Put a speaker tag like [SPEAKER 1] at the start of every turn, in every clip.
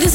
[SPEAKER 1] this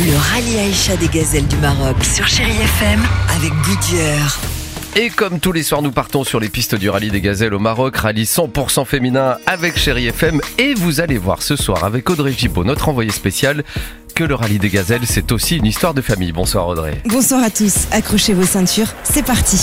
[SPEAKER 2] Le rallye Aïcha des gazelles du Maroc sur Chérie FM avec Goodyear.
[SPEAKER 3] Et comme tous les soirs, nous partons sur les pistes du rallye des gazelles au Maroc, rallye 100% féminin avec Chéri FM. Et vous allez voir ce soir avec Audrey Gibaud, notre envoyé spécial, que le rallye des gazelles, c'est aussi une histoire de famille. Bonsoir Audrey.
[SPEAKER 4] Bonsoir à tous, accrochez vos ceintures, c'est parti.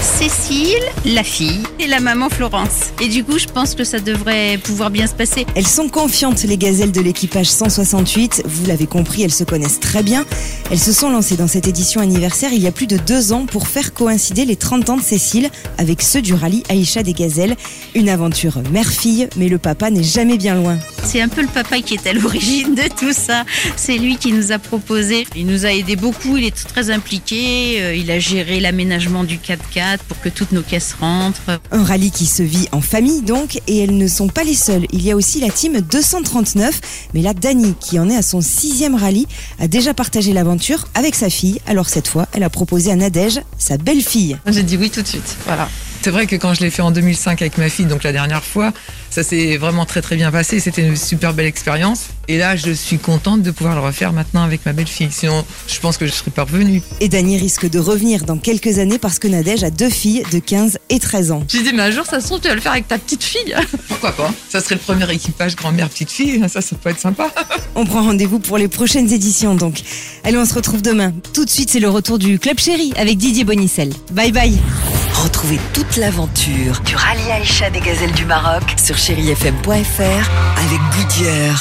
[SPEAKER 5] Cécile, la fille, et la maman Florence. Et du coup, je pense que ça devrait pouvoir bien se passer.
[SPEAKER 4] Elles sont confiantes, les gazelles de l'équipage 168. Vous l'avez compris, elles se connaissent très bien. Elles se sont lancées dans cette édition anniversaire il y a plus de deux ans pour faire coïncider les 30 ans de Cécile avec ceux du rallye Aïcha des gazelles. Une aventure mère-fille, mais le papa n'est jamais bien loin.
[SPEAKER 5] C'est un peu le papa qui est à l'origine de tout ça. C'est lui qui nous a proposé. Il nous a aidé beaucoup, il est très impliqué. Euh, Il a géré l'aménagement du 4x4 pour que toutes nos caisses rentrent.
[SPEAKER 4] Un rallye qui se vit en famille donc, et elles ne sont pas les seules. Il y a aussi la team 239, mais là, Dani, qui en est à son sixième rallye, a déjà partagé l'aventure avec sa fille. Alors cette fois, elle a proposé à Nadège, sa belle-fille.
[SPEAKER 6] J'ai dit oui tout de suite. Voilà. C'est vrai que quand je l'ai fait en 2005 avec ma fille, donc la dernière fois, ça s'est vraiment très très bien passé. C'était une super belle expérience. Et là, je suis contente de pouvoir le refaire maintenant avec ma belle-fille. Sinon, je pense que je serais pas revenue.
[SPEAKER 4] Et Dani risque de revenir dans quelques années parce que Nadège a deux filles de 15 et 13 ans.
[SPEAKER 6] J'ai dit, mais un jour, ça se trouve, tu vas le faire avec ta petite fille. Pourquoi pas Ça serait le premier équipage grand-mère-petite fille. Ça, ça peut être sympa.
[SPEAKER 4] On prend rendez-vous pour les prochaines éditions donc. Allez, on se retrouve demain. Tout de suite, c'est le retour du Club Chéri avec Didier Bonicelle. Bye bye
[SPEAKER 2] Retrouvez toute l'aventure du rallye Aïcha des gazelles du Maroc sur chérifm.fr avec Goodyear.